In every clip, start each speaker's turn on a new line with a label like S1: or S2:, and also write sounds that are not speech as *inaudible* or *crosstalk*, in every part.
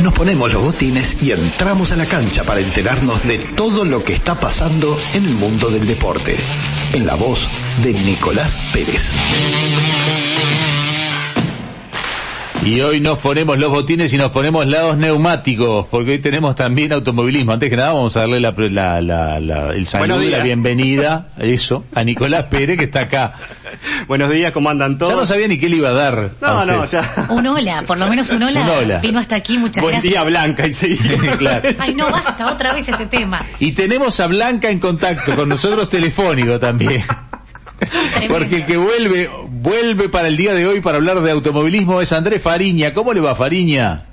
S1: Nos ponemos los botines y entramos a la cancha para enterarnos de todo lo que está pasando en el mundo del deporte. En la voz de Nicolás Pérez.
S2: Y hoy nos ponemos los botines y nos ponemos lados neumáticos, porque hoy tenemos también automovilismo. Antes que nada vamos a darle la, la, la, la el saludo, la
S3: *laughs*
S2: bienvenida, eso, a Nicolás Pérez que está acá.
S3: Buenos días, ¿cómo andan todos?
S2: Ya no sabía ni qué le iba a dar.
S3: No,
S4: Ah,
S2: a
S3: no,
S2: usted.
S3: ya.
S5: Un hola, por lo menos un hola.
S2: Un hola.
S5: Vino hasta aquí, muchas
S3: Buen
S5: gracias.
S3: día, Blanca, y
S4: *laughs*
S3: seguí.
S2: Claro.
S3: *laughs*
S5: Ay, no, basta, otra vez ese tema.
S2: Y tenemos a Blanca en contacto con
S3: *laughs*
S2: nosotros telefónico también.
S5: Tremendo.
S2: Porque el que vuelve, vuelve para el día de hoy para hablar de automovilismo es Andrés Fariña. ¿Cómo le va Fariña?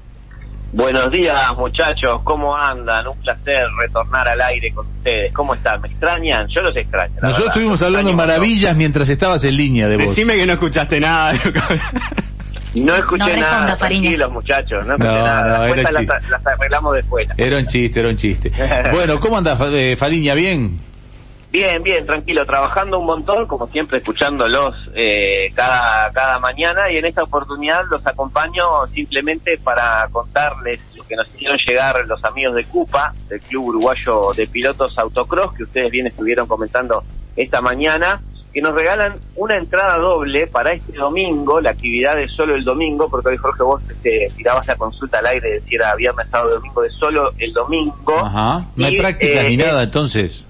S4: Buenos días, muchachos. ¿Cómo andan? Un placer retornar al aire con ustedes. ¿Cómo están? ¿Me extrañan? Yo los extraño. la
S2: Nosotros
S4: verdad.
S2: estuvimos
S4: Los
S2: hablando
S4: extraño
S2: maravillas mientras estabas en línea de vos.
S3: Decime que no escuchaste nada de lo que hablaba.
S4: mucho. No escuché
S5: No responda,
S4: nada.
S5: Fariña.
S4: Tranquilos, muchachos. No escuché
S2: No,
S4: nada.
S2: no,
S4: las
S2: era
S4: cuentas
S2: chiste.
S4: las, las arreglamos después.
S2: Era un chiste, era un
S4: *laughs*
S2: chiste. Bueno, ¿cómo andás, Fa- eh, Fariña? ¿Bien?
S4: Bien, bien, tranquilo. Trabajando un montón, como siempre, escuchándolos eh, cada, cada mañana. Y en esta oportunidad los acompaño simplemente para contarles lo que nos hicieron llegar los amigos de CUPA, del Club Uruguayo de Pilotos Autocross, que ustedes bien estuvieron comentando esta mañana, que nos regalan una entrada doble para este domingo. La actividad es solo el domingo, porque hoy, Jorge, vos te tirabas la consulta al aire de si era viernes, sábado, domingo, de solo el domingo.
S2: Ajá. No hay
S4: Y,
S2: práctica
S4: eh,
S2: ni
S4: eh,
S2: nada, entonces.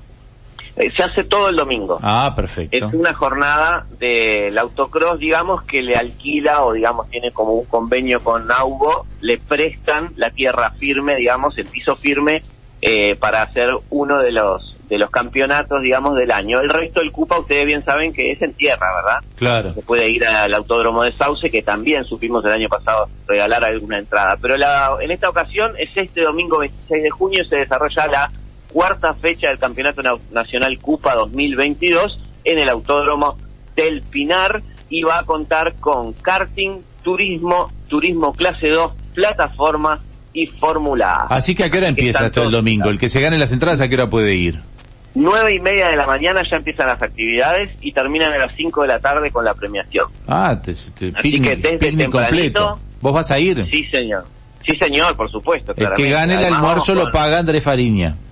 S4: eh, se hace todo el domingo.
S2: Ah,
S4: Es
S2: perfecto.
S4: una jornada del autocross, digamos, que le alquila o, digamos, tiene como un convenio con Naugo, le prestan la tierra firme, digamos, el piso firme, eh, para hacer uno de los de los campeonatos, digamos, del año. El resto del CUPA, ustedes bien saben que es en tierra, ¿verdad?
S2: Claro.
S4: Se puede ir al autódromo de Sauce, que también supimos el año pasado regalar alguna entrada. Pero la, en esta ocasión es este domingo 26 de junio, se desarrolla la cuarta fecha del Campeonato Nau- Nacional CUPA 2022 en el autódromo del Pinar y va a contar con karting, turismo, turismo clase 2, plataforma y Fórmula A.
S2: Así que a qué hora
S4: Así que
S2: empieza
S4: están
S2: todo el
S4: todos
S2: domingo. El que se gane las entradas, ¿a qué hora puede ir?
S4: Nueve y media de la mañana ya empiezan las actividades y terminan a las 5 de la tarde con la premiación.
S2: Ah, te, te-
S4: Así que
S2: picnic,
S4: desde
S2: picnic
S4: tempranito-
S2: completo. ¿Vos vas a ir?
S4: Sí, señor. Sí, señor, por supuesto.
S2: el que
S4: claramente.
S2: gane el
S4: Además,
S2: almuerzo
S4: vamos
S2: lo
S4: con-
S2: paga Andrés Fariña. *laughs*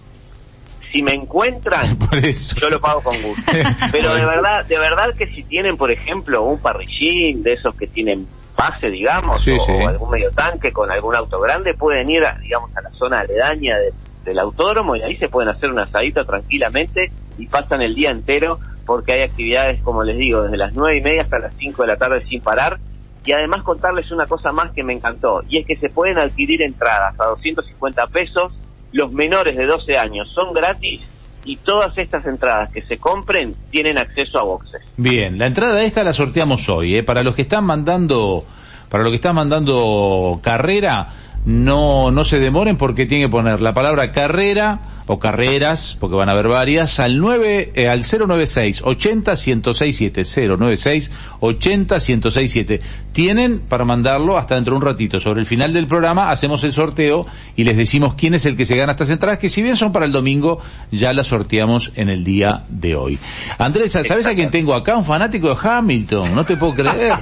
S4: Si me encuentran,
S2: Por eso.
S4: yo lo pago con
S2: *laughs*
S4: gusto. Pero de verdad, de verdad que si tienen, por ejemplo, un parrillín de esos que tienen pase, digamos,
S2: Sí,
S4: o
S2: sí.
S4: algún medio tanque con algún auto grande, pueden ir, a, digamos, a la zona aledaña de- del autódromo y ahí se pueden hacer un asadito tranquilamente y pasan el día entero porque hay actividades, como les digo, desde las nueve y media hasta las 5 de la tarde sin parar. Y además contarles una cosa más que me encantó, y es que se pueden adquirir entradas a 250 pesos, los menores de 12 años son gratis, y todas estas entradas que se compren tienen acceso a boxes.
S2: Bien, la entrada esta la sorteamos hoy. ¿eh? Para los que están mandando, para los que están mandando carrera, no, no se demoren porque tienen que poner la palabra carrera o carreras, porque van a haber varias, al 9, eh, al 096 80 1067 096 80 1067. Tienen para mandarlo hasta dentro de un ratito. Sobre el final del programa hacemos el sorteo y les decimos quién es el que se gana estas entradas, que si bien son para el domingo, ya las sorteamos en el día de hoy. Andrés, ¿sabes a quién tengo acá? Un fanático de Hamilton, no te puedo creer.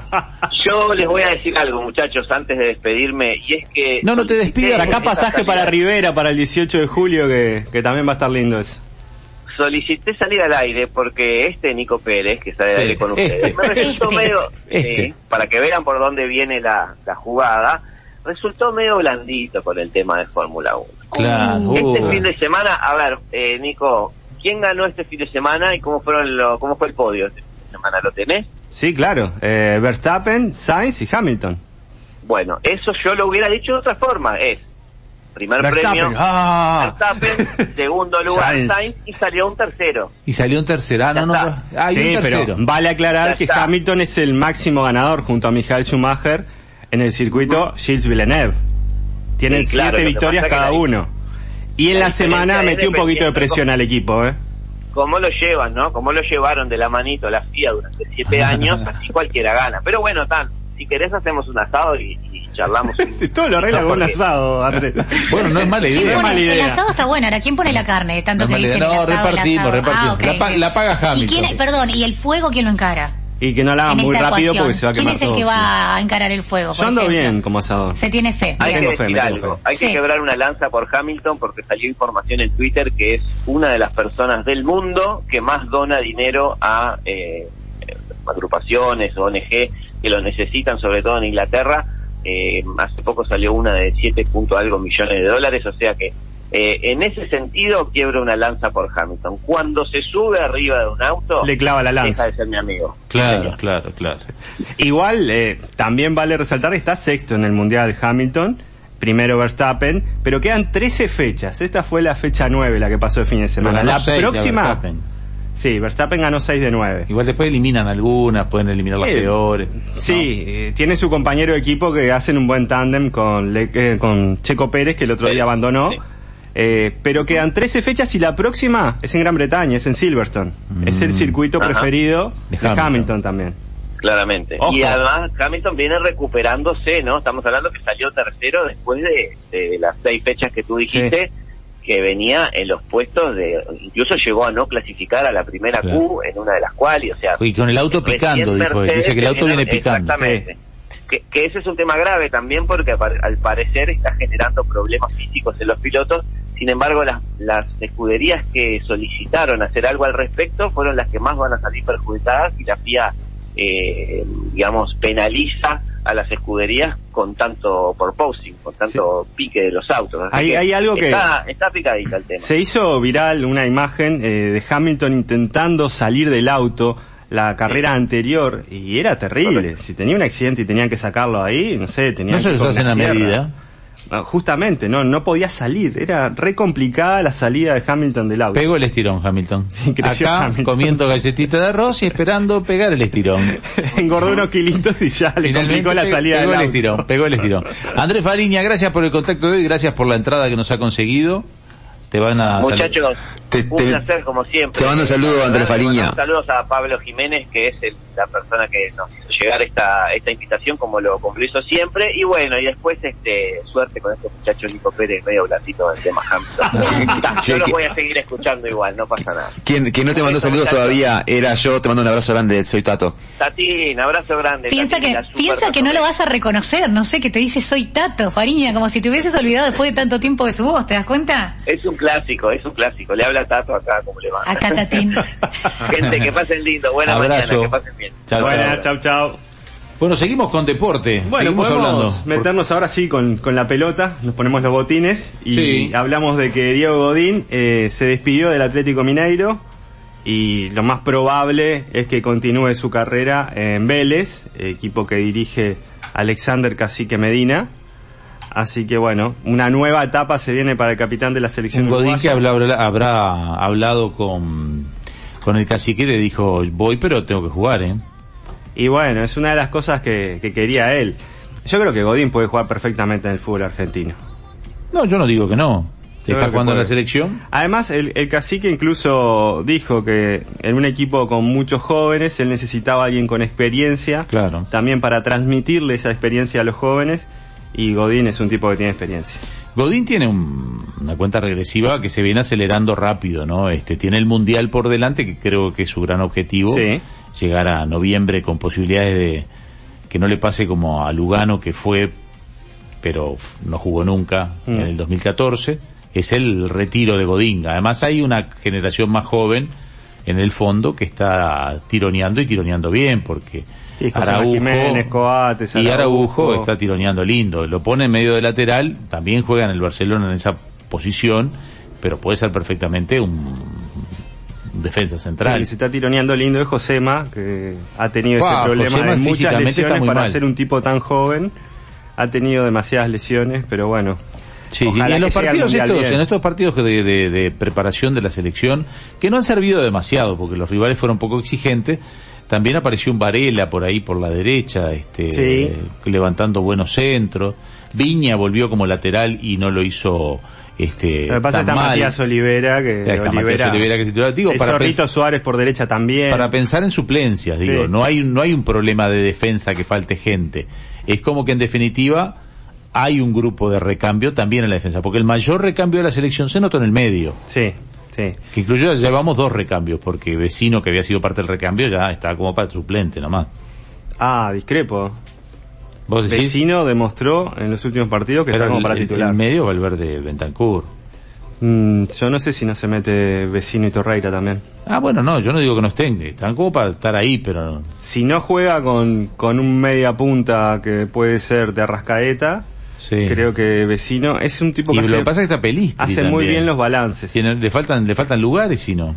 S4: Yo les voy a decir algo, muchachos, antes de despedirme, y es que...
S2: No, no te despidas,
S4: solicité
S3: Acá
S4: esta
S3: pasaje
S4: salida-
S3: para Rivera para el 18 de julio, que, que también va a estar lindo eso.
S4: Solicité salir al aire porque este Nico Pérez, que sale al
S2: Sí.
S4: aire con ustedes, me resultó
S5: Este.
S4: medio...
S2: Este.
S4: sí, para que vean por dónde viene la, la jugada, resultó medio blandito con el tema de Fórmula 1.
S2: Claro.
S4: Este
S2: uh.
S4: fin de semana, a ver, eh, Nico, ¿quién ganó este fin de semana y cómo fueron lo, cómo fue el podio este fin de semana? ¿Lo tenés?
S3: Sí, claro. Eh, Verstappen, Sainz y Hamilton.
S4: Bueno, eso yo lo hubiera dicho de otra forma. Es primer
S3: Verstappen.
S4: premio
S3: Ah. *laughs*
S4: Verstappen, segundo lugar
S3: Sainz.
S4: Sainz. y salió un tercero.
S2: Y salió un tercero. Ah, no,
S4: Ya
S2: no.
S4: está.
S2: Ah, y
S3: sí,
S2: un tercero.
S3: pero vale aclarar
S4: Ya
S3: que
S4: está.
S3: Hamilton es el máximo ganador junto a Michael Schumacher en el circuito Gilles Villeneuve. Tienen
S4: Sí,
S3: siete
S4: claro, lo que
S3: victorias
S4: pasa que
S3: cada
S4: la-
S3: uno. Y en
S4: la
S3: la semana
S4: diferencia es
S3: metió un poquito de
S4: dependiendo
S3: presión al equipo, ¿eh?
S4: ¿Cómo lo llevan, no? ¿Cómo lo llevaron de la manito la FIA durante
S3: *laughs*
S4: siete años? Así cualquiera gana. Pero bueno, tan, si querés hacemos un asado y, y charlamos.
S3: *laughs* Todo lo arregla
S4: *laughs* No,
S3: con un
S4: porque-
S3: asado, Andrés.
S4: *laughs*
S2: Bueno, no es mala
S5: ¿Quién
S3: es
S2: idea.
S3: mala
S5: pone, el
S3: idea.
S5: asado está bueno, ahora, ¿quién pone la carne? Tanto
S2: No,
S5: que
S2: mala idea.
S5: dicen el
S2: No,
S5: asado, el
S2: repartimos,
S5: asado.
S2: repartimos.
S5: Ah, ok,
S2: La pa-
S5: ok.
S2: la paga Hamilton.
S5: ¿Y quién, perdón, ¿y el fuego quién lo encara?
S3: y que no la hagan
S5: en
S3: Ah, muy
S5: esta
S3: rápido
S5: ecuación.
S3: porque se va a
S5: ¿Quién
S3: quemar
S5: es el
S3: todo,
S5: que
S3: sí.
S5: va a encarar el fuego?
S3: Yo
S5: por
S3: ejemplo. ando
S5: ejemplo?
S3: bien como asador.
S5: Se tiene fe. bien.
S4: Hay que
S3: Tengo fe,
S4: decir
S3: me tengo
S4: algo,
S3: fe.
S4: hay que
S5: Sí.
S4: quebrar una lanza por Hamilton porque salió información en Twitter que es una de las personas del mundo que más dona dinero a eh, eh, agrupaciones, ONG que lo necesitan, sobre todo en Inglaterra. Eh, hace poco salió una de 7 punto algo millones de dólares, o sea que eh, en ese sentido quiebra una lanza por Hamilton. Cuando se sube arriba de un auto,
S3: Le clava la
S4: deja
S3: lanza.
S4: de ser mi amigo.
S2: Claro, claro, claro.
S3: Igual, eh, también vale resaltar que está sexto en el Mundial Hamilton, primero Verstappen, pero quedan 13 fechas. Esta fue la fecha 9, la que pasó el fin de semana.
S2: Ganó
S3: La
S2: seis,
S3: próxima...
S2: Verstappen.
S3: Sí, Verstappen ganó 6 de 9.
S2: Igual después eliminan algunas, pueden eliminar las
S3: Eh,
S2: peores.
S3: Sí, eh, tiene su compañero de equipo que hacen un buen tándem con, Le- eh, con Checo Pérez, que el otro día abandonó.
S4: sí.
S3: Eh, pero quedan 13 fechas y la próxima es en Gran Bretaña, es en Silverstone. Es el circuito
S4: Ajá.
S3: preferido
S2: Mm. De
S3: de
S2: Hamilton.
S3: Hamilton, también.
S4: Claramente.
S2: Ojo.
S4: Y además Hamilton viene recuperándose, ¿no? Estamos hablando que salió tercero después de, de las seis fechas que tú dijiste, que venía en los puestos de... Incluso llegó a no clasificar a la primera
S2: Claro.
S4: Q en una de las cuales, o sea...
S2: Y con el auto
S4: recién
S2: picando, dijo él.
S4: Mercedes
S2: Dice que el auto
S4: generó-
S2: viene picando.
S4: Exactamente. Que, que ese es un tema grave también porque apar- al parecer está generando problemas físicos en los pilotos. Sin embargo, las, las escuderías que solicitaron hacer algo al respecto fueron las que más van a salir perjudicadas y la FIA, eh, digamos, penaliza a las escuderías con tanto porposing, con tanto pique de los autos. Así
S3: Hay- hay algo que-
S4: está, está picadita el tema.
S3: Se hizo viral una imagen eh, de Hamilton intentando salir del auto la carrera anterior y era terrible.
S4: Correcto.
S3: Si tenía un accidente y tenían que sacarlo ahí, no sé, tenían
S2: No se
S3: que
S2: les
S3: con
S2: hace
S3: una
S2: una
S3: sierra.
S2: medida.
S3: No, justamente, no, no podía salir. Era re complicada la salida de Hamilton del auto.
S2: Pegó el estirón, Hamilton.
S3: Sí, creció
S2: Acá
S3: Hamilton.
S2: comiendo galletita de arroz y esperando pegar el
S3: *laughs*
S2: estirón.
S3: Engordó unos kilitos y ya le
S2: Finalmente
S3: complicó la
S2: pe-
S3: salida
S2: pegó
S3: del
S2: el
S3: auto.
S2: estirón, pegó el
S3: *laughs*
S2: estirón. Andrés Fariña, gracias por el contacto de hoy, gracias por la entrada que nos ha conseguido. Te van a sal-
S4: Muchachos,
S6: Te-
S4: un
S6: te-
S4: placer como siempre.
S6: te mando saludos, Andrés
S4: Le mando
S6: Fariña.
S4: Saludos a Pablo Jiménez, que es el- la persona que nos hizo llegar esta, esta invitación, como lo, como lo hizo siempre. Y bueno, y después, este suerte con este muchacho Nico Pérez, medio blandito del tema
S6: *laughs*
S4: Hampton.
S6: Che,
S4: Yo lo
S6: que-
S4: voy a seguir escuchando igual, no pasa nada.
S6: Quien, quien no te mandó
S4: Beso,
S6: saludos
S4: muchachos.
S6: todavía era yo, te mando un abrazo grande, soy Tato.
S4: Tatín, abrazo grande.
S5: Piensa
S4: Tatín,
S5: que,
S4: la super
S5: piensa que no lo
S4: persona.
S5: vas a reconocer, no sé, que te dice soy Tato, Fariña, como si te hubieses olvidado después de tanto tiempo de su voz, ¿te das cuenta?
S4: Es un clásico, es un clásico. Le habla Tato acá, como le va.
S5: Acá Tatín.
S4: Gente, que pasen lindo. Buena
S2: Abrazo.
S4: mañana, que pasen bien.
S2: Chao,
S3: Bueno, chau, chau.
S2: Bueno, seguimos con deporte.
S3: Bueno,
S2: seguimos
S3: podemos
S2: hablando.
S3: meternos ahora sí con, con la pelota, nos ponemos los botines y
S2: Sí.
S3: hablamos de que Diego Godín eh, se despidió del Atlético Mineiro y lo más probable es que continúe su carrera en Vélez, equipo que dirige Alexander Cacique Medina. Así que bueno, una nueva etapa se viene para el capitán de la selección
S2: Un Godín que habla-
S3: uruguaya.
S2: habla- habrá hablado con, con el cacique y le dijo, voy pero tengo que jugar, ¿eh?
S3: Y bueno, es una de las cosas que, que quería él. Yo creo que Godín puede jugar perfectamente en el fútbol argentino.
S2: No, yo no digo que no.
S3: Yo creo
S2: Está
S3: que
S2: jugando en la
S3: puede.
S2: selección.
S3: Además, el, el cacique incluso dijo que en un equipo con muchos jóvenes él necesitaba a alguien con experiencia.
S2: Claro.
S3: También para transmitirle esa experiencia a los jóvenes. Y Godín es un tipo que tiene experiencia.
S2: Godín tiene un- una cuenta regresiva que se viene acelerando rápido, ¿no? Este tiene el mundial por delante que creo que es su gran objetivo,
S3: Sí.
S2: llegar a noviembre con posibilidades de que no le pase como a Lugano que fue, pero no jugó nunca
S3: Mm.
S2: en el 2014. Es el retiro de Godín. Además hay una generación más joven en el fondo que está tironeando y tironeando bien porque
S3: Sí, José Jiménez, Coates,
S2: y Araujo
S3: Araujo.
S2: está tironeando lindo. Lo pone en medio de lateral, también juega en el Barcelona en esa posición, pero puede ser perfectamente un, un defensa
S3: Sí,
S2: central.
S3: se está tironeando lindo de Josema, que ha tenido
S2: Wow,
S3: ese problema
S2: Josema
S3: de muchas
S2: físicamente está
S3: lesiones
S2: muy
S3: para
S2: mal.
S3: ser un tipo tan joven. Ha tenido demasiadas lesiones, pero bueno.
S2: Sí,
S3: Ojalá
S2: y en
S3: que
S2: los
S3: llegue al
S2: partidos
S3: Mundial
S2: estos,
S3: bien.
S2: en estos partidos de, de- de preparación de la selección, que no han servido demasiado, porque los rivales fueron poco exigentes, también apareció un Varela por ahí por la derecha, este,
S3: Sí.
S2: levantando buenos centros. Viña volvió como lateral y no lo hizo este
S3: Lo que pasa es que
S2: tan
S3: está
S2: mal.
S3: Matías Olivera, que
S2: Ahí está, Matías Olivera, que es titular. Digo,
S3: el
S2: para
S3: Zorrito Suárez por derecha también.
S2: Para pensar en suplencias, digo,
S3: Sí.
S2: no hay no hay un problema de defensa que falte gente. Es como que en definitiva hay un grupo de recambio también en la defensa, porque el mayor recambio de la selección se notó en el medio.
S3: Sí. Sí.
S2: Que incluyó, llevamos dos recambios, porque vecino que había sido parte del recambio ya estaba como para suplente nomás.
S3: Ah, discrepo.
S2: ¿Vos decís?
S3: Vecino demostró en los últimos partidos que
S2: Pero
S3: está como
S2: el-
S3: para
S2: el-
S3: titular.
S2: el medio Valverde Bentancur.
S3: Mm, yo no sé si no se mete Vecino y Torreira también.
S2: Ah, bueno, no, yo no digo que no estén, están como para estar ahí, pero
S3: Si no juega con, con un media punta que puede ser de Arrascaeta,
S2: sí.
S3: creo que Vecino es un tipo
S2: y
S3: que
S2: lo
S3: hace,
S2: que pasa es que está feliz.
S3: hace muy bien los balances.
S2: le faltan le faltan lugares, si no.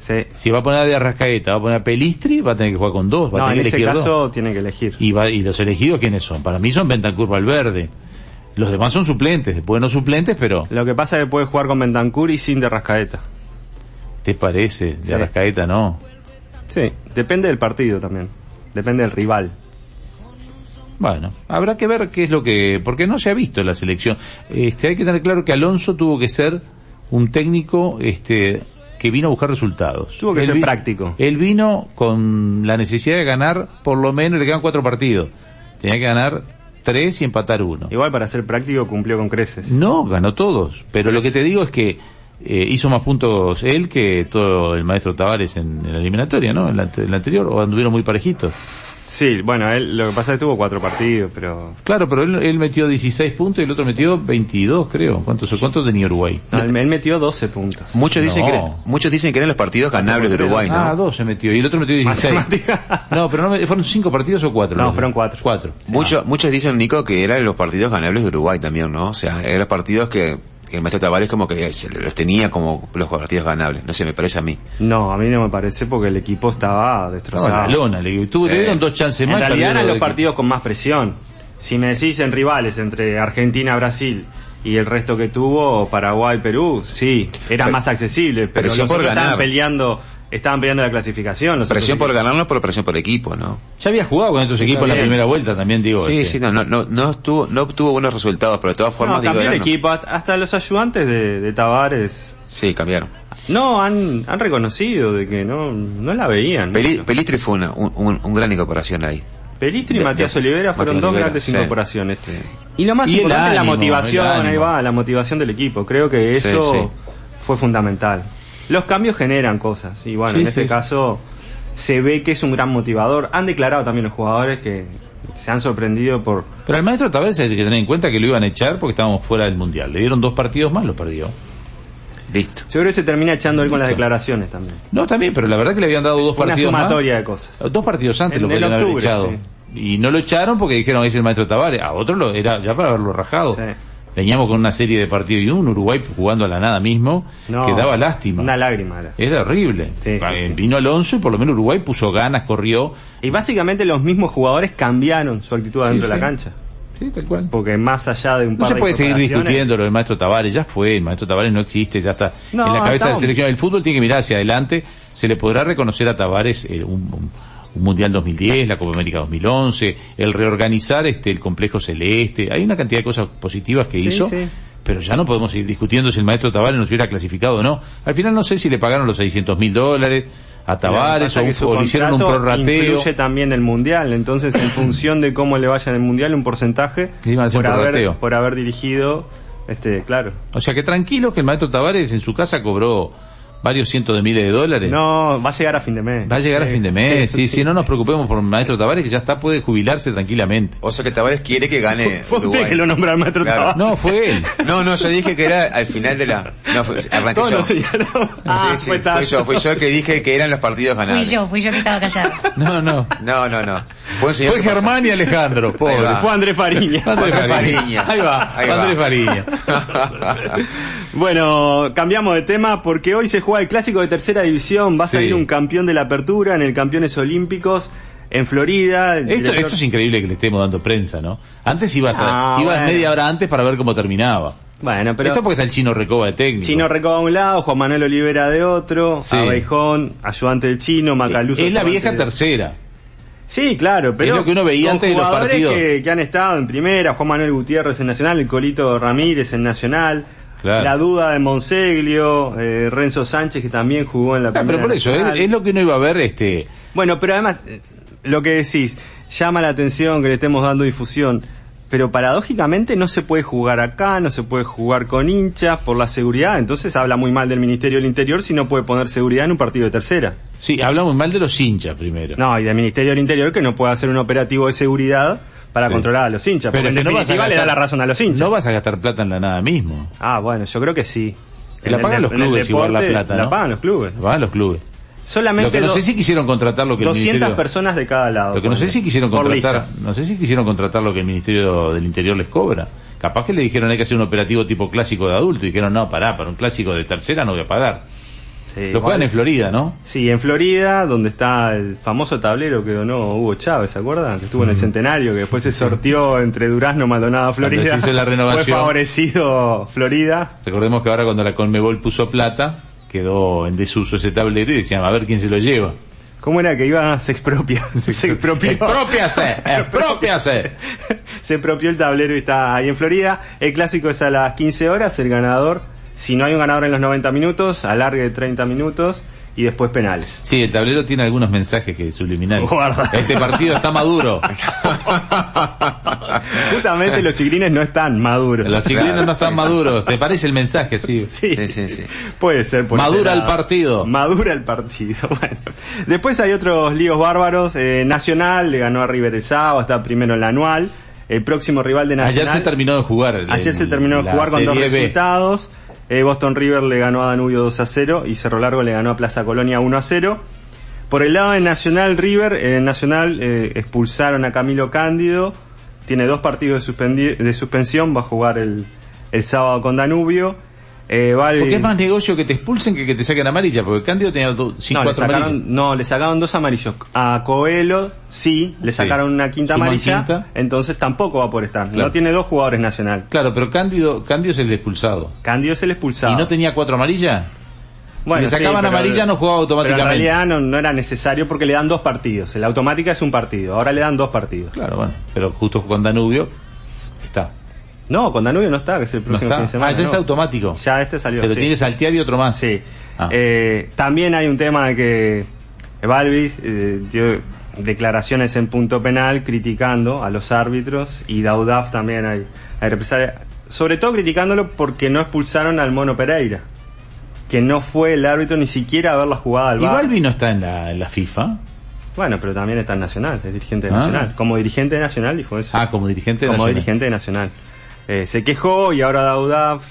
S3: Sí.
S2: Si va a poner a de Arrascaeta, va a poner a Pelistri, va a tener que jugar con dos, va a
S3: No, en
S2: tener que
S3: ese
S2: elegir
S3: caso
S2: dos.
S3: tiene que elegir.
S2: Y, va- y los elegidos quiénes son? Para mí son Bentancur Valverde. Los demás son suplentes, después no suplentes, pero
S3: Lo que pasa es que puede jugar con Bentancur y sin de Rascaeta.
S2: ¿te parece? De
S3: Sí.
S2: Arrascaeta no.
S3: Sí, depende del partido también. Depende del rival.
S2: Bueno, habrá que ver qué es lo que, porque no se ha visto la selección. Este, hay que tener claro que Alonso tuvo que ser un técnico, este, que vino a buscar resultados.
S3: Tuvo que ser
S2: vi-
S3: práctico.
S2: Él vino con la necesidad de ganar, por lo menos le quedan cuatro partidos. Tenía que ganar tres y empatar uno.
S3: Igual para ser práctico cumplió con creces.
S2: No, ganó todos. Pero lo que te digo es que eh, hizo más puntos él que todo el maestro Tavares en, en la eliminatoria, ¿no? En la, ante- en la anterior, o anduvieron muy parejitos.
S3: Sí, bueno, él, lo que pasa es que tuvo cuatro partidos, pero...
S2: Claro, pero él, él metió 16 puntos y el otro metió 22, creo. ¿Cuántos, cuántos tenía Uruguay?
S3: no, él él metió 12 puntos.
S6: Muchos dicen,
S2: No.
S6: que, muchos dicen que eran los partidos ganables de Uruguay, ¿no?
S2: Ah, dos se metió. Y el otro metió 16.
S3: Matemática.
S2: No, pero no, me- ¿fueron cinco partidos o cuatro?
S3: No,
S2: Los-
S3: fueron cuatro. Pues
S2: Cuatro.
S6: Mucho- muchos dicen, Nico, que eran los partidos ganables de Uruguay también, ¿no? O sea, eran los partidos que que el maestro Tavares como que se los tenía como los partidos ganables. No sé, me parece a mí.
S3: No, a mí no me parece porque el equipo estaba
S2: Estaba en
S3: destrozado.
S2: la lona, le, tuvo,
S6: Sí.
S2: le dieron dos chances
S3: en
S2: más.
S3: realidad
S2: perdieron
S3: eran
S2: los
S3: los
S2: dos
S3: partidos con más presión. Si me decís en rivales entre Argentina, Brasil y el resto que tuvo Paraguay, Perú, sí, era
S6: Pre-
S3: más accesible, pero los
S6: presión por
S3: otros estaban
S6: ganar.
S3: peleando, estaban peleando la clasificación. los
S6: Presión
S3: otros
S6: por ganarnos, pero presión por equipo, ¿no?
S2: equipos. Ya había jugado con estos
S3: Sí,
S2: equipos
S3: está
S2: en la
S3: bien.
S2: primera vuelta también, digo.
S6: Sí,
S2: este.
S6: sí, no, no, no, no estuvo, no obtuvo buenos resultados, pero de todas
S3: No,
S6: formas digo,
S3: cambió el
S6: eran-
S3: equipo, hasta- hasta los ayudantes de, de Tavares.
S6: Sí, cambiaron.
S3: No, han, han reconocido de que no, no la veían.
S6: Peli- Pelistri fue una, un, un- un gran incorporación ahí.
S3: Pelistri y
S6: De-
S3: Matías
S6: de-
S3: Olivera fueron
S6: Matías
S3: dos
S6: Olivera,
S3: grandes
S6: sí.
S3: incorporaciones.
S6: Sí.
S3: Y lo más
S2: Y el
S3: importante es la
S2: ánimo,
S3: motivación,
S2: el ánimo.
S3: ahí va, la motivación del equipo. Creo que
S6: Sí,
S3: eso
S6: sí.
S3: fue fundamental. Los cambios generan cosas, y bueno,
S2: Sí,
S3: en
S2: sí,
S3: este
S2: sí.
S3: caso se ve que es un gran motivador. Han declarado también los jugadores que se han sorprendido por...
S2: Pero al maestro Tavares hay que tener en cuenta que lo iban a echar porque estábamos fuera del mundial. Le dieron dos partidos más, lo perdió.
S6: Listo.
S3: Yo creo que se termina echando él con las declaraciones también.
S2: No, también, pero la verdad que le habían dado dos
S3: Una
S2: partidos más.
S3: sumatoria de cosas.
S2: Dos partidos antes
S3: En
S2: lo
S3: el
S2: podían haber
S3: octubre,
S2: echado. Y no lo echaron porque dijeron, es el maestro Tavares. A otro lo, era ya para haberlo rajado.
S3: Sí.
S2: Veníamos con una serie de partidos y un Uruguay jugando a la nada mismo,
S3: No,
S2: que daba lástima.
S3: Una lágrima. era.
S2: Era horrible.
S3: Sí, sí,
S2: Eh,
S3: sí.
S2: Vino Alonso y por lo menos Uruguay puso ganas, corrió.
S3: Y básicamente los mismos jugadores cambiaron su actitud
S2: Sí,
S3: adentro de la
S2: sí.
S3: cancha.
S2: Sí, tal cual.
S3: Porque más allá de un
S2: No
S3: par
S2: se
S3: de
S2: puede seguir
S3: incorporaciones-
S2: discutiendo lo del maestro Tavares, ya fue, el maestro Tavares no existe, ya está
S3: No,
S2: en la cabeza de
S3: está-
S2: la selección. El fútbol tiene que mirar hacia adelante, se le podrá reconocer a Tavares eh, un, un- un Mundial 2010, la Copa América 2011, el reorganizar este el complejo celeste, hay una cantidad de cosas positivas que
S3: Sí,
S2: hizo.
S3: sí.
S2: Pero ya no podemos seguir discutiendo si el maestro Tavares nos hubiera clasificado o no. Al final no sé si le pagaron los 600 mil dólares a Tavares
S3: Lo
S2: o,
S3: que
S2: un-
S3: pasa es que
S2: o
S3: su
S2: le hicieron un
S3: contrato
S2: prorrateo.
S3: Incluye también el mundial, entonces
S2: *laughs*
S3: en función de cómo le vaya en el mundial, un porcentaje
S2: Sí, van a hacer
S3: por
S2: un
S3: haber,
S2: prorrateo.
S3: por haber dirigido, este, claro.
S2: O sea que tranquilo que el maestro Tavares en su casa cobró varios cientos de miles de dólares.
S3: No, va a llegar a fin de mes.
S2: Va a llegar a fin de mes, sí, sí, no nos preocupemos por Maestro Tavares que ya está, puede jubilarse tranquilamente.
S6: O sea que Tavares quiere que gane.
S3: *laughs* Fue usted
S6: Uruguay.
S3: que lo nombró al maestro
S6: Claro.
S3: Tavares.
S2: No, fue él.
S6: No, no, yo dije que era al final de la...
S3: *laughs*
S6: No, fue- arranqué
S3: Todos
S6: yo.
S3: lo señalaron. Ah,
S6: sí, sí,
S3: fue
S6: fue,
S3: tarde.
S6: yo, fui yo que dije que eran los partidos
S5: Fui
S6: ganables.
S5: yo, fui yo que estaba callada.
S2: *laughs* No, no.
S6: No, no, no. Fue un señor
S2: Fue
S6: que pasó-
S2: Germán y Alejandro,
S6: Ahí
S2: pobre.
S6: va.
S3: Fue Andrés Fariña.
S2: Fue Andrés
S6: Andrés
S2: Fariña.
S6: Fariña.
S2: Ahí va,
S6: Ahí
S2: fue
S6: va.
S2: Andrés Fariña.
S3: Bueno, cambiamos de tema porque hoy se juega el clásico de tercera división. Va a
S2: Sí.
S3: salir un campeón de la apertura en el Campeones Olímpicos en Florida. El
S2: Esto,
S3: director-
S2: esto es increíble que le estemos dando prensa, ¿no? Antes ibas, a,
S3: Ah,
S2: ibas
S3: bueno.
S2: media hora antes para ver cómo terminaba.
S3: Bueno,
S2: Pero
S3: pero
S2: esto porque está el chino Recoba de técnico.
S3: Chino Recoba a un lado, Juan Manuel Olivera de otro,
S2: Sí.
S3: Abejón, ayudante del Chino, Macaluso.
S2: Es la
S3: ayudante
S2: vieja
S3: de-
S2: tercera.
S3: Sí, claro, pero
S2: Es lo que uno veía
S3: con
S2: antes de los
S3: jugadores
S2: partidos.
S3: Que, que han estado en primera, Juan Manuel Gutiérrez en Nacional, el Colito Ramírez en Nacional,
S2: Claro.
S3: la duda de Monseglio, eh, Renzo Sánchez que también jugó en la
S2: Ah,
S3: primera.
S2: pero por eso, es,
S3: Nacional.
S2: es lo que uno iba a ver, este...
S3: Bueno, pero además, eh, lo que decís, llama la atención que le estemos dando difusión. pero paradójicamente no se puede jugar acá, no se puede jugar con hinchas por la seguridad, entonces habla muy mal del Ministerio del Interior si no puede poner seguridad en un partido de tercera.
S2: Sí, hablamos mal de los hinchas primero.
S3: No, y del Ministerio del Interior que no puede hacer un operativo de seguridad para
S2: Sí.
S3: controlar a los hinchas,
S2: Pero
S3: porque en
S2: es que no vas a
S3: definitiva le da la
S2: gastar-
S3: razón a los hinchas.
S2: No vas a gastar plata en la nada mismo.
S3: Ah, bueno, yo creo que sí.
S2: La
S3: En el
S2: pagan
S3: de-
S2: los
S3: en el
S2: clubes igual la
S3: deporte,
S2: plata,
S3: La
S2: ¿no?
S3: pagan los clubes.
S2: Van los clubes. Lo
S3: Solamente
S2: que no
S3: do-
S2: sé si quisieron contratar lo que el
S3: 200
S2: Ministerio-
S3: personas de cada lado.
S2: Lo que no sé
S3: ponele,
S2: si quisieron
S3: por
S2: contratar,
S3: lista.
S2: no sé si quisieron contratar lo que el Ministerio del Interior les cobra. Capaz que le dijeron hay que hacer un operativo tipo clásico de adulto y dijeron no, pará, para un clásico de tercera no voy a pagar.
S3: Sí,
S2: Lo juegan
S3: igual.
S2: en Florida, ¿no?
S3: Sí, en Florida, donde está el famoso tablero que donó Hugo Chávez, ¿se acuerdan? Que estuvo en el centenario, que después se sortió entre Durazno, Maldonado, Florida.
S2: Mm. Cuando se hizo la renovación.
S3: Fue favorecido Florida.
S2: Recordemos que ahora cuando la Conmebol puso plata, quedó en desuso ese tablero y decían a ver quién se lo lleva.
S3: ¿Cómo era que iba?
S2: *laughs*
S3: Se expropia. Se expropió.
S2: ¡Expropiase! ¡Expropiase!
S3: *laughs* se propió el tablero y está ahí en Florida. El clásico es a las 15 horas, el ganador. Si no hay un ganador en los 90 minutos, alargue de 30 minutos y después penales.
S2: Sí, el tablero tiene algunos mensajes que subliminales.
S3: Guarda.
S2: Este partido está
S3: *laughs*
S2: maduro. *laughs*
S3: Justamente los chiquilines no están maduros.
S2: Los chiquilinos no están maduros. ¿Te parece el mensaje? Sí.
S3: Sí.
S6: *laughs* Sí, sí, sí.
S3: Puede ser por ese
S2: Madura el
S3: lado.
S2: partido.
S3: Madura el partido. *laughs* Bueno. Después hay otros líos bárbaros. Eh, Nacional le ganó a River el sábado, está primero en la anual. El próximo rival de
S2: Ayer
S3: Nacional.
S2: se terminó de jugar. el-
S3: Ayer se terminó de
S2: la
S3: jugar con dos
S2: Serie B.
S3: resultados. Eh, Boston River le ganó a Danubio 2 a 0 y Cerro Largo le ganó a Plaza Colonia 1 a 0. Por el lado de Nacional River, eh, Nacional eh, expulsaron a Camilo Cándido. Tiene dos partidos de, suspendi- de suspensión. Va a jugar el, el sábado con Danubio. Eh, va el-
S2: Porque es más negocio que te expulsen que que te saquen amarilla, porque Cándido tenía dos, sí,
S3: no, le
S2: cuatro amarillas.
S3: sacaron, no, le sacaron dos amarillos. A Coelho, sí, le
S2: Sí.
S3: sacaron una quinta
S2: Suman
S3: amarilla.
S2: quinta.
S3: Entonces tampoco va por estar.
S2: Claro.
S3: No tiene dos jugadores Nacional.
S2: Claro, pero Cándido, Cándido es el expulsado.
S3: Cándido es el expulsado.
S2: ¿Y no tenía cuatro amarillas? Si le sacaban
S3: pero-
S2: amarilla, no jugaba automáticamente.
S3: Pero en realidad no, no era necesario porque le dan dos partidos. La automática es un partido, ahora le dan dos partidos.
S2: Claro, bueno. Pero justo con Danubio, está.
S3: No, con Danubio no está, que es el
S2: No
S3: próximo
S2: está.
S3: fin de semana.
S2: ah, ese
S3: no.
S2: es automático.
S3: Ya este salió.
S2: Se lo
S3: sí.
S2: tiene que saltear y otro más.
S3: Sí.
S2: Ah.
S3: Eh, también hay un tema de que Balvis eh, dio declaraciones en punto penal criticando a los árbitros y Daudaf también hay, hay represalia. Sobre todo criticándolo porque no expulsaron al Mono Pereira, que no fue el árbitro ni siquiera a ver la jugada al
S2: y
S3: VAR.
S2: Balbi no está en la, en la FIFA.
S3: Bueno, pero también está en Nacional, es dirigente de
S2: Ah.
S3: Nacional. Como dirigente de Nacional dijo eso.
S2: Ah, como dirigente
S3: como
S2: nacional.
S3: dirigente de Nacional. Eh, se quejó y ahora Daudaf.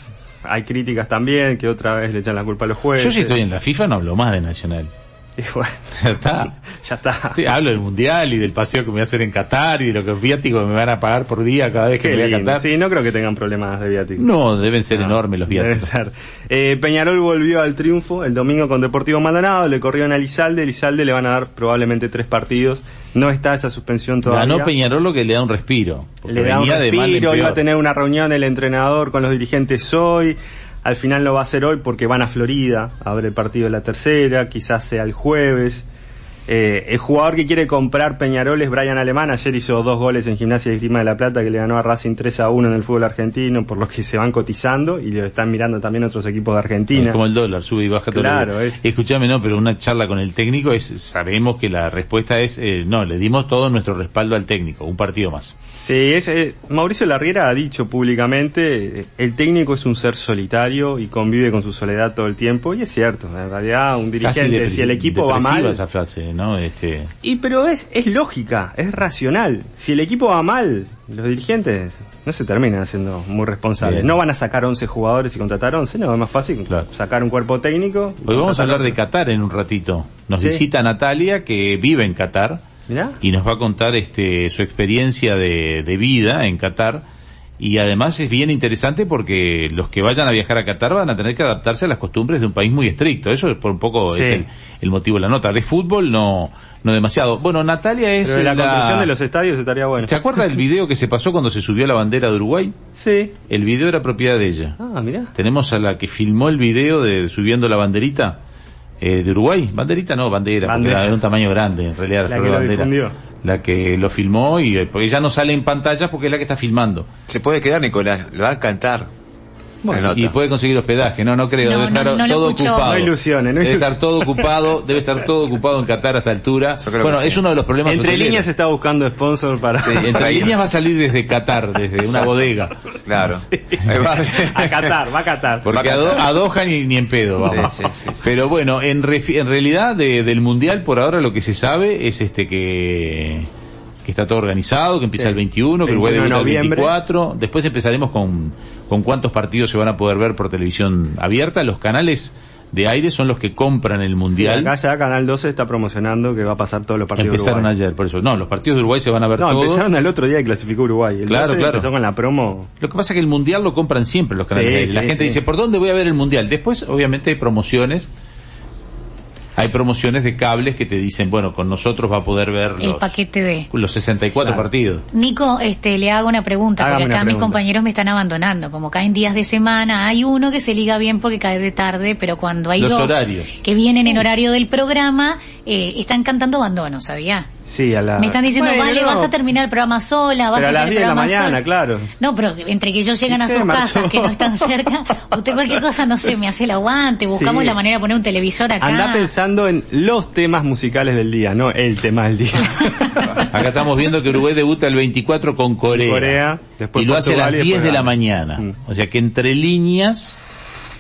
S3: Hay críticas también, que otra vez le echan la culpa a los jueces.
S2: Yo si estoy en la FIFA no hablo más de Nacional.
S3: *laughs*
S2: *laughs*
S3: Y bueno,
S2: Ya está.
S3: ya está.
S2: Sí, hablo del mundial y del paseo que me voy a hacer en Qatar y de lo que viáticos me van a pagar por día cada vez que
S3: Qué
S2: me voy a
S3: lindo.
S2: Qatar.
S3: Sí, no creo que tengan problemas de viáticos.
S2: No, deben ser enormes los
S3: Debe
S2: viáticos.
S3: ser. Eh, Peñarol volvió al triunfo el domingo con Deportivo Maldonado, le corrieron a Lizalde, Lizalde le van a dar probablemente tres partidos. No está esa suspensión todavía.
S2: Ganó Peñarol lo que le da un respiro. porque
S3: Le da un
S2: venía de mal en
S3: respiro, iba
S2: peor.
S3: a tener una reunión el entrenador con los dirigentes hoy. Al final lo va a hacer hoy porque van a Florida, abre el partido de la tercera, quizás sea el jueves. Eh, el jugador que quiere comprar Peñarol es Brian Alemán. Ayer hizo dos goles en Gimnasia y Esgrima de la Plata que le ganó a Racing 3 a 1 en el fútbol argentino, por los que se van cotizando y lo están mirando también otros equipos de Argentina.
S2: Es como el dólar, sube y baja todo
S3: Claro,
S2: el día.
S3: es-
S2: Escuchame, no, pero una charla con el técnico es, sabemos que la respuesta es, eh, no, le dimos todo nuestro respaldo al técnico, un partido más.
S3: Sí, es, eh, Mauricio Larriera ha dicho públicamente, eh, el técnico es un ser solitario y convive con su soledad todo el tiempo, y es cierto, en realidad un
S2: Casi
S3: dirigente,
S2: depre-
S3: si el equipo va
S2: depresiva
S3: mal...
S2: esa frase, ¿no? Este,
S3: Y pero es, es lógica, es racional. Si el equipo va mal, los dirigentes no se terminan haciendo muy responsables.
S2: Bien.
S3: No van a sacar 11 jugadores y contratar 11, no, es más fácil
S2: Claro.
S3: sacar un cuerpo técnico.
S2: hoy vamos a hablar de Qatar en un ratito. Nos
S3: Sí.
S2: visita Natalia, que vive en Qatar,
S3: Mirá.
S2: y nos va a contar este, su experiencia de, de vida en Qatar. Y además es bien interesante porque los que vayan a viajar a Qatar van a tener que adaptarse a las costumbres de un país muy estricto. Eso es por un poco
S3: Sí.
S2: es el, el motivo de la nota. De fútbol no, no demasiado. Bueno, Natalia es
S3: Pero la, construcción de los estadios estaría bueno.
S2: ¿Se acuerda del video que se pasó cuando se subió la bandera de Uruguay?
S3: Sí.
S2: El video era propiedad de ella.
S3: Ah, mirá.
S2: Tenemos a la que filmó el video de subiendo la banderita eh, de Uruguay. Banderita no, bandera, porque
S3: Bandera.
S2: era de un tamaño grande en realidad.
S3: La
S2: pero
S3: que lo
S2: bandera.
S3: difundió.
S2: La que lo filmó y eh, porque ya no sale en pantallas porque es la que está filmando.
S6: Se puede quedar, Nicolás. Lo va a cantar. Bueno,
S2: y
S6: nota.
S2: puede conseguir hospedaje, no, no creo,
S5: No,
S2: debe
S5: no,
S2: estar
S5: no lo
S2: todo
S5: escuchó.
S2: ocupado.
S3: No ilusiones, no
S2: debe
S3: ilusiones.
S2: estar todo ocupado, debe estar todo ocupado en Qatar a esta altura.
S6: Yo creo
S2: Bueno,
S6: que
S2: es
S6: sí.
S2: uno de los problemas
S3: Entre
S2: hoteleros.
S3: líneas está buscando sponsor para...
S6: Sí.
S2: Entre líneas va a salir desde Qatar, desde una bodega.
S6: Claro. Ahí va.
S3: a Qatar, va a Qatar.
S2: Porque
S6: Va
S2: a,
S6: a
S2: Do-
S6: Qatar.
S2: a Doha ni, ni en pedo. vamos.
S6: Sí, sí, sí, sí.
S2: Pero bueno, en, refi- en realidad de- del Mundial por ahora lo que se sabe es este que, que está todo organizado, que empieza
S3: Sí.
S2: el 21, que
S3: 21 de
S2: Uruguay debuta el
S3: noviembre.
S2: 24. Después empezaremos con, con cuántos partidos se van a poder ver por televisión abierta. Los canales de aire son los que compran el Mundial.
S3: Acá ya Canal 12 está promocionando que va a pasar todos los partidos de
S2: empezaron
S3: Uruguay.
S2: ayer, por eso. No, los partidos de Uruguay se van a ver
S3: No,
S2: todos.
S3: empezaron al otro día que clasificó Uruguay. El
S2: Claro,
S3: 12
S2: claro.
S3: empezó con la promo.
S2: Lo que pasa es que el mundial lo compran siempre los canales.
S3: Sí,
S2: de aire. la
S3: sí,
S2: gente
S3: sí.
S2: dice, ¿por dónde voy a ver el mundial? Después, obviamente, hay promociones. Hay promociones de cables que te dicen, bueno, con nosotros va a poder ver
S5: El
S2: los,
S5: paquete de...
S2: los 64
S3: Claro. *laughs*
S2: partidos.
S5: Nico, este, le hago una pregunta,
S3: Hágame
S5: porque
S3: una
S5: acá mis
S3: pregunta.
S5: compañeros me están abandonando. Como caen días de semana, hay uno que se liga bien porque cae de tarde, pero cuando hay
S2: Los
S5: dos
S2: horarios.
S5: que vienen en horario del programa, eh, están cantando abandono, ¿sabía?
S3: Sí, a la...
S5: Me están diciendo,
S3: Ah. Bueno,
S5: vale,
S3: no,
S5: vas a terminar el programa sola, vas
S3: Pero a
S5: hacer
S3: las
S5: el
S3: 10 de la
S5: programa
S3: mañana,
S5: sola".
S3: claro.
S5: No, pero entre que ellos llegan
S3: Y
S5: a
S3: se
S5: sus
S3: marchó.
S5: casas, que no están cerca, usted cualquier cosa, no sé, me hace el aguante, buscamos
S3: Sí.
S5: la manera de poner un televisor acá.
S3: Andá pensando en los temas musicales del día, no el tema del
S5: *laughs*
S3: día.
S2: Acá estamos viendo que Uruguay debuta el 24 con Corea.
S3: Corea, después
S2: y lo hace a las 10
S3: Portugal y
S2: de
S3: después
S2: la
S3: Ghana.
S2: mañana.
S3: Mm.
S2: O sea que entre líneas,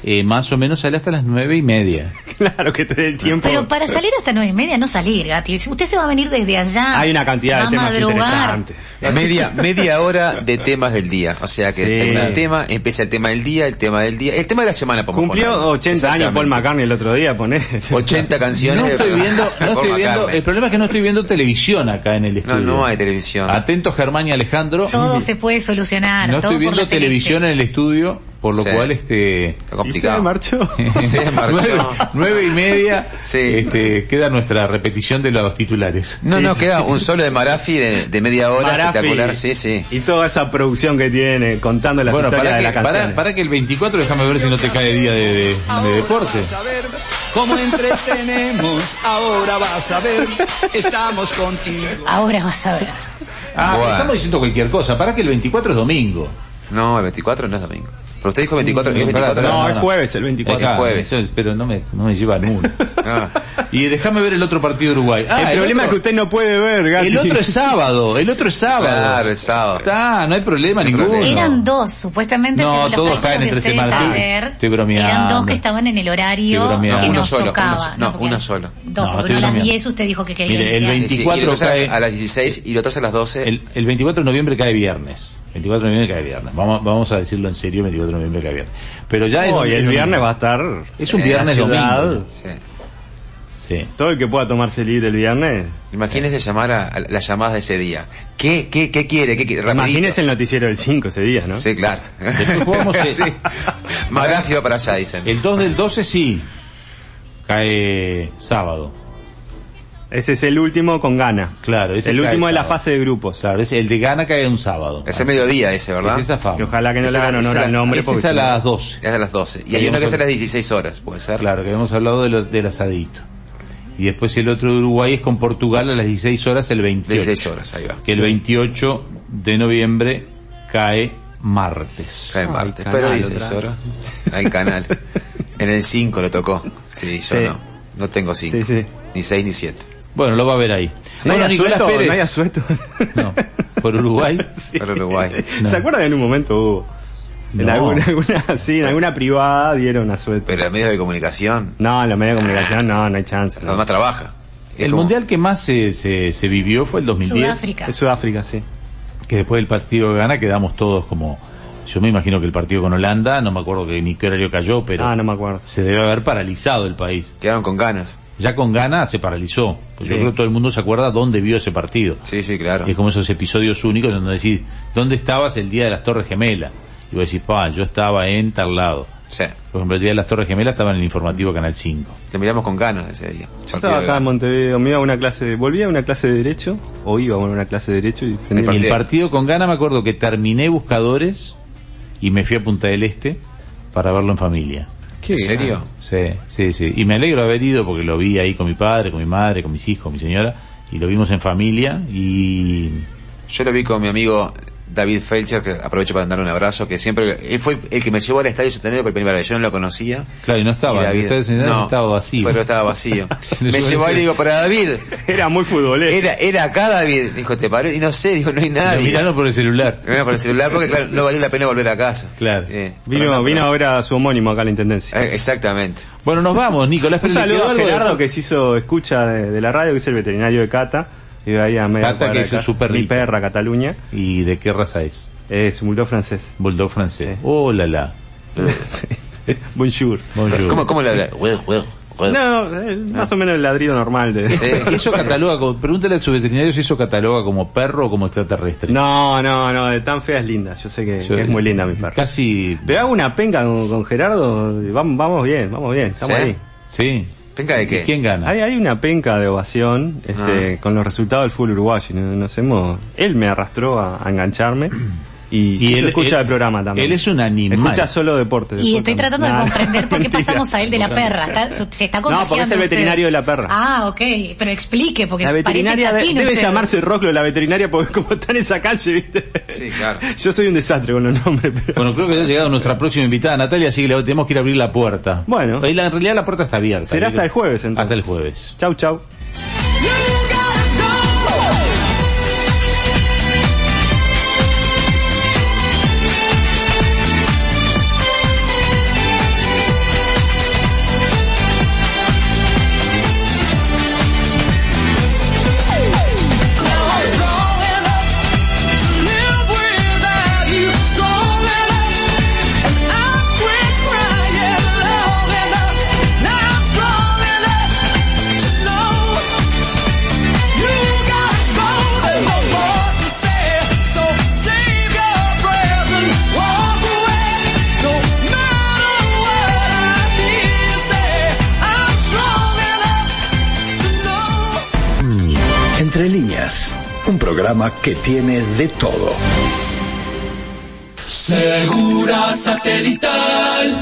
S2: eh, más o menos sale hasta las 9 y
S3: *laughs*
S2: media.
S3: claro que te dé el tiempo.
S5: Pero para salir hasta nueve y media, no salir, Gati. Usted se va a venir desde allá.
S3: Hay una cantidad
S5: va
S3: de
S5: a
S3: temas
S5: madrugar.
S3: interesantes.
S6: *laughs* Media, media hora de temas del día. O sea que
S3: Sí.
S6: termina el tema, empieza el tema del día, el tema del día, el tema de la semana. podemos poner.
S3: Cumplió 80 años Paul McCartney el otro día, poné. *laughs*
S6: 80 canciones.
S2: No
S6: de-
S2: estoy viendo, no
S6: Paul
S2: estoy viendo,
S6: McCartney.
S2: el problema es que no estoy viendo televisión acá en el
S6: No,
S2: estudio.
S6: no hay televisión.
S2: Atentos Germán y Alejandro.
S5: Todo se puede solucionar.
S2: no
S5: todo
S2: estoy
S5: por
S2: viendo
S5: la celeste.
S2: televisión en el estudio, por lo
S6: Sí.
S2: cual este
S3: Y
S6: Está
S3: se
S6: complicado.
S3: marchó.
S2: *laughs*
S6: Se marchó.
S2: nueve, *laughs* nueve y media
S6: Sí.
S2: este, queda nuestra repetición de los titulares.
S6: No,
S3: Sí,
S6: no,
S3: sí.
S6: queda un solo de Marafi de, de media hora,
S3: Marafi.
S6: espectacular, sí, sí.
S3: Y toda esa producción que tiene contando las
S2: bueno,
S3: historias
S2: para
S3: de
S2: que,
S3: la
S2: para,
S3: canción.
S2: para que el 24 déjame ver si no te cae día de, de- de deporte.
S7: Vas a ver cómo entretenemos, ahora vas a ver, estamos contigo.
S5: Ahora vas a ver.
S2: Ah,
S6: Bueno.
S2: estamos diciendo cualquier cosa. Para que el 24 es domingo.
S6: No, el 24 no es domingo. Pero usted dijo 24, es
S2: No, pará,
S6: 24.
S2: pará.
S3: No, es jueves el 24.
S2: Acá,
S6: jueves.
S2: entonces, Pero no me, no me lleva al *laughs* mundo.
S6: Ah.
S2: y déjame ver el otro partido de Uruguay. Ah,
S3: el,
S2: otro-
S3: problema es que usted no puede ver, Gati.
S2: El otro es sábado, el otro es sábado.
S6: Claro, el sábado.
S2: Está, no hay problema
S6: No hay
S2: ninguno.
S6: problema.
S5: Eran dos, supuestamente,
S2: No,
S5: según los
S2: todos
S5: cálculos
S2: caen
S5: de
S2: entre
S5: ustedes
S2: semana. Sí.
S5: ayer.
S2: Estoy bromeando.
S5: Eran dos que estaban en el horario
S2: Estoy bromeando.
S5: que
S2: No,
S6: uno
S5: nos
S6: solo, uno
S5: tocaba.
S6: solo. No,
S5: porque
S6: uno
S5: hay
S6: solo.
S5: Dos,
S2: No,
S5: porque
S2: estoy
S5: uno a las
S2: bromeando.
S5: 10 usted dijo que quería
S2: Mire, el
S5: iniciar.
S2: 20
S6: Sí, sí, y el
S2: 24
S6: otro es
S2: cae-
S6: a, a las 16 y el otro es a las 12.
S2: El, el 24 de noviembre cae viernes. 24 de noviembre cae viernes. Vamos, vamos a decirlo en serio, 24 de noviembre cae viernes. Pero ya es...
S3: *laughs* Hoy, Oh, el
S2: domingo.
S3: viernes va a estar.
S2: Es un
S3: en la
S2: viernes
S3: ciudad.
S2: domingo.
S6: Sí.
S2: Sí.
S3: Todo el que pueda tomarse libre el viernes.
S6: Imagínese llamar a, a las llamadas de ese día. ¿Qué, qué, qué quiere? ¿Qué quiere? Rapidito.
S3: Imagínese el noticiero del 5 ese día, ¿no?
S6: Sí, claro.
S2: Después
S6: *laughs*
S2: jugamos el-
S6: sí. Marafi va para allá, dicen.
S2: El 2 del 12 sí. Cae sábado.
S3: Ese es el último con gana.
S2: Claro, ese
S3: El
S2: cae
S3: último de la
S2: sábado.
S3: fase de grupos.
S2: Claro, es, el de Ghana cae un sábado.
S6: Es el mediodía ese, ¿verdad?
S2: Es esa fama.
S3: Que ojalá que no
S6: Ese
S3: le hagan
S6: era-
S3: honor
S6: ese
S3: al
S6: era-
S3: nombre
S2: Ese
S3: porque
S2: es a las 12.
S6: Es a las 12.
S2: Hay
S6: Y hay uno
S2: otro-
S6: que es a las 16 horas, puede ser.
S2: Claro, que hemos hablado de lo- del asadito. Y después el otro de Uruguay es con Portugal a las 16 horas el 28.
S6: 16 horas, ahí va.
S2: Que el 28 de noviembre cae martes.
S6: Cae
S3: Ah, el
S6: martes,
S3: canal
S6: pero 16
S3: otra
S6: horas.
S2: *laughs*
S6: Al canal. En el 5 lo tocó. Sí, yo
S3: Sí.
S6: no. No tengo 5.
S3: Sí, sí.
S6: Ni 6 ni 7.
S2: Bueno, lo va a ver ahí.
S3: No
S2: Bueno,
S3: hay
S2: Nicolás
S3: asueto,
S2: Pérez.
S3: no hay asueto.
S2: No, por
S3: *laughs*
S2: Uruguay.
S6: Para Uruguay.
S2: No.
S3: ¿Se acuerdan en un momento hubo? En
S2: No.
S3: alguna, alguna- *laughs* sí, en alguna privada dieron asueto.
S6: Pero en medios de comunicación,
S3: No, en los medios de comunicación no, no hay chance.
S6: nada
S3: no.
S6: más trabaja. Es
S2: El
S6: como-
S2: mundial que más se, se, se vivió fue el 2010.
S5: Sudáfrica.
S3: Es Sudáfrica, sí.
S2: Que después del partido de Ghana quedamos todos como... Yo me imagino que el partido con Holanda, no me acuerdo que ni qué horario cayó, pero
S3: Ah, no me acuerdo.
S2: se debe haber paralizado el país.
S6: Quedaron con ganas.
S2: Ya con Ghana se paralizó. Pues Yo
S3: Sí.
S2: creo que todo el mundo se acuerda dónde vio ese partido.
S6: Sí, sí, claro.
S2: Y es como esos episodios únicos donde decís, ¿dónde estabas el día de las Torres Gemelas? Y vos decís, pa, yo estaba en tal lado.
S6: Sí.
S2: Por ejemplo, el día de las Torres Gemelas estaba en el informativo Canal 5.
S6: Te miramos con ganas ese día.
S3: Yo estaba acá en Montevideo, me iba a una clase de, volvía a una clase de derecho, o iba a una clase de derecho y
S6: El
S2: Y el
S6: Partido.
S2: partido con Gana me acuerdo que terminé Buscadores y me fui a Punta del Este para verlo en familia.
S6: ¿En serio?
S2: Sí, sí, sí. Y me alegro de haber ido porque lo vi ahí con mi padre, con mi madre, con mis hijos, con mi señora. Y lo vimos en familia y...
S6: Yo lo vi con mi amigo David Felcher, que aprovecho para darle un abrazo, que siempre, él fue el que me llevó al Estadio Centenario por primera vez, yo no lo conocía.
S2: Claro, y no estaba,
S6: Y
S2: el Estadio Centenario estaba vacío.
S6: Pero estaba
S2: *laughs*
S6: vacío.
S2: Le
S6: me
S2: llevó
S6: llevó
S2: el-
S6: y le digo, para David,
S3: *laughs* Era muy futbolero.
S6: era, era acá David, dijo, te paró, y no sé, dijo, no hay
S2: Lo
S6: nadie.
S2: miraron por el celular.
S6: Me vino por el celular porque claro, no valió la pena volver a casa.
S2: Claro.
S6: para
S3: Vino,
S6: nada.
S3: vino ahora su homónimo acá a la Intendencia.
S6: Eh, exactamente.
S2: Bueno, nos vamos, Nicolás.
S3: Un
S2: pero le
S3: saludo
S2: quedó
S3: a
S2: algo de-
S3: Gerardo que se hizo escucha de, de la radio, que es el veterinario de Cata. Y ahí a media
S2: Cata,
S3: cuadra
S2: que
S3: de
S2: es un
S3: casa.
S2: super
S3: Mi
S2: rico.
S3: perra, Cataluña.
S2: ¿Y de qué raza es?
S3: Es un bulldog francés.
S2: Bulldog francés. Oh, la la.
S3: Bonjour.
S2: *laughs* Bonjour.
S6: ¿Cómo, cómo le habla? Güey, güey, güey.
S3: No, eh, más o menos el ladrido normal de...
S6: Sí.
S2: *laughs* Eso cataloga como, pregúntale a su veterinario si eso cataloga como perro o como extraterrestre.
S3: No, no, no, de tan fea es linda. Yo sé Eh, que,
S2: Yo-
S3: que es muy linda mi perra.
S2: Casi,
S3: Pero hago una penca con, con Gerardo, y vamos, vamos bien, vamos bien, estamos
S6: ¿Sí?
S3: ahí.
S2: sí.
S6: ¿Penca de qué?
S2: ¿Quién gana?
S3: Hay, hay una penca de ovación este, con los resultados del fútbol uruguayo. y no- Nos hemos, él me arrastró a, a engancharme y, él escucha el programa también.
S2: Él es un animal.
S3: Escucha solo deporte.
S5: Y
S3: deporte
S5: estoy
S3: también.
S5: tratando de
S3: Nah,
S5: comprender por
S3: *laughs*
S5: qué
S3: mentira.
S5: pasamos a él de la perra. Está- se- se está contagiando
S3: No, porque es el
S5: usted.
S3: veterinario de la perra.
S5: Ah, ok. Pero explique, porque
S3: La
S5: se
S3: veterinaria de-
S5: parece
S3: debe llamarse Roclo, la veterinaria, porque como está en esa calle, ¿viste?
S6: Sí, claro.
S3: Yo soy un desastre con los nombres, pero...
S2: Bueno, creo que ya ha llegado nuestra próxima invitada, Natalia, así que le tenemos que ir a abrir la puerta.
S3: Bueno.
S2: Ahí la- en realidad la puerta está abierta.
S3: Será
S2: Yo creo-
S3: hasta el jueves, entonces.
S2: Hasta el jueves.
S3: Chau, chau.
S1: Entre líneas, un programa que tiene de todo.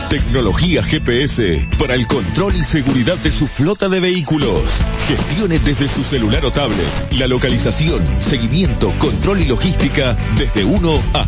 S8: Tecnología GPS para el control y seguridad de su flota de vehículos. Gestione desde su celular o tablet. La localización, seguimiento, control y logística desde uno hasta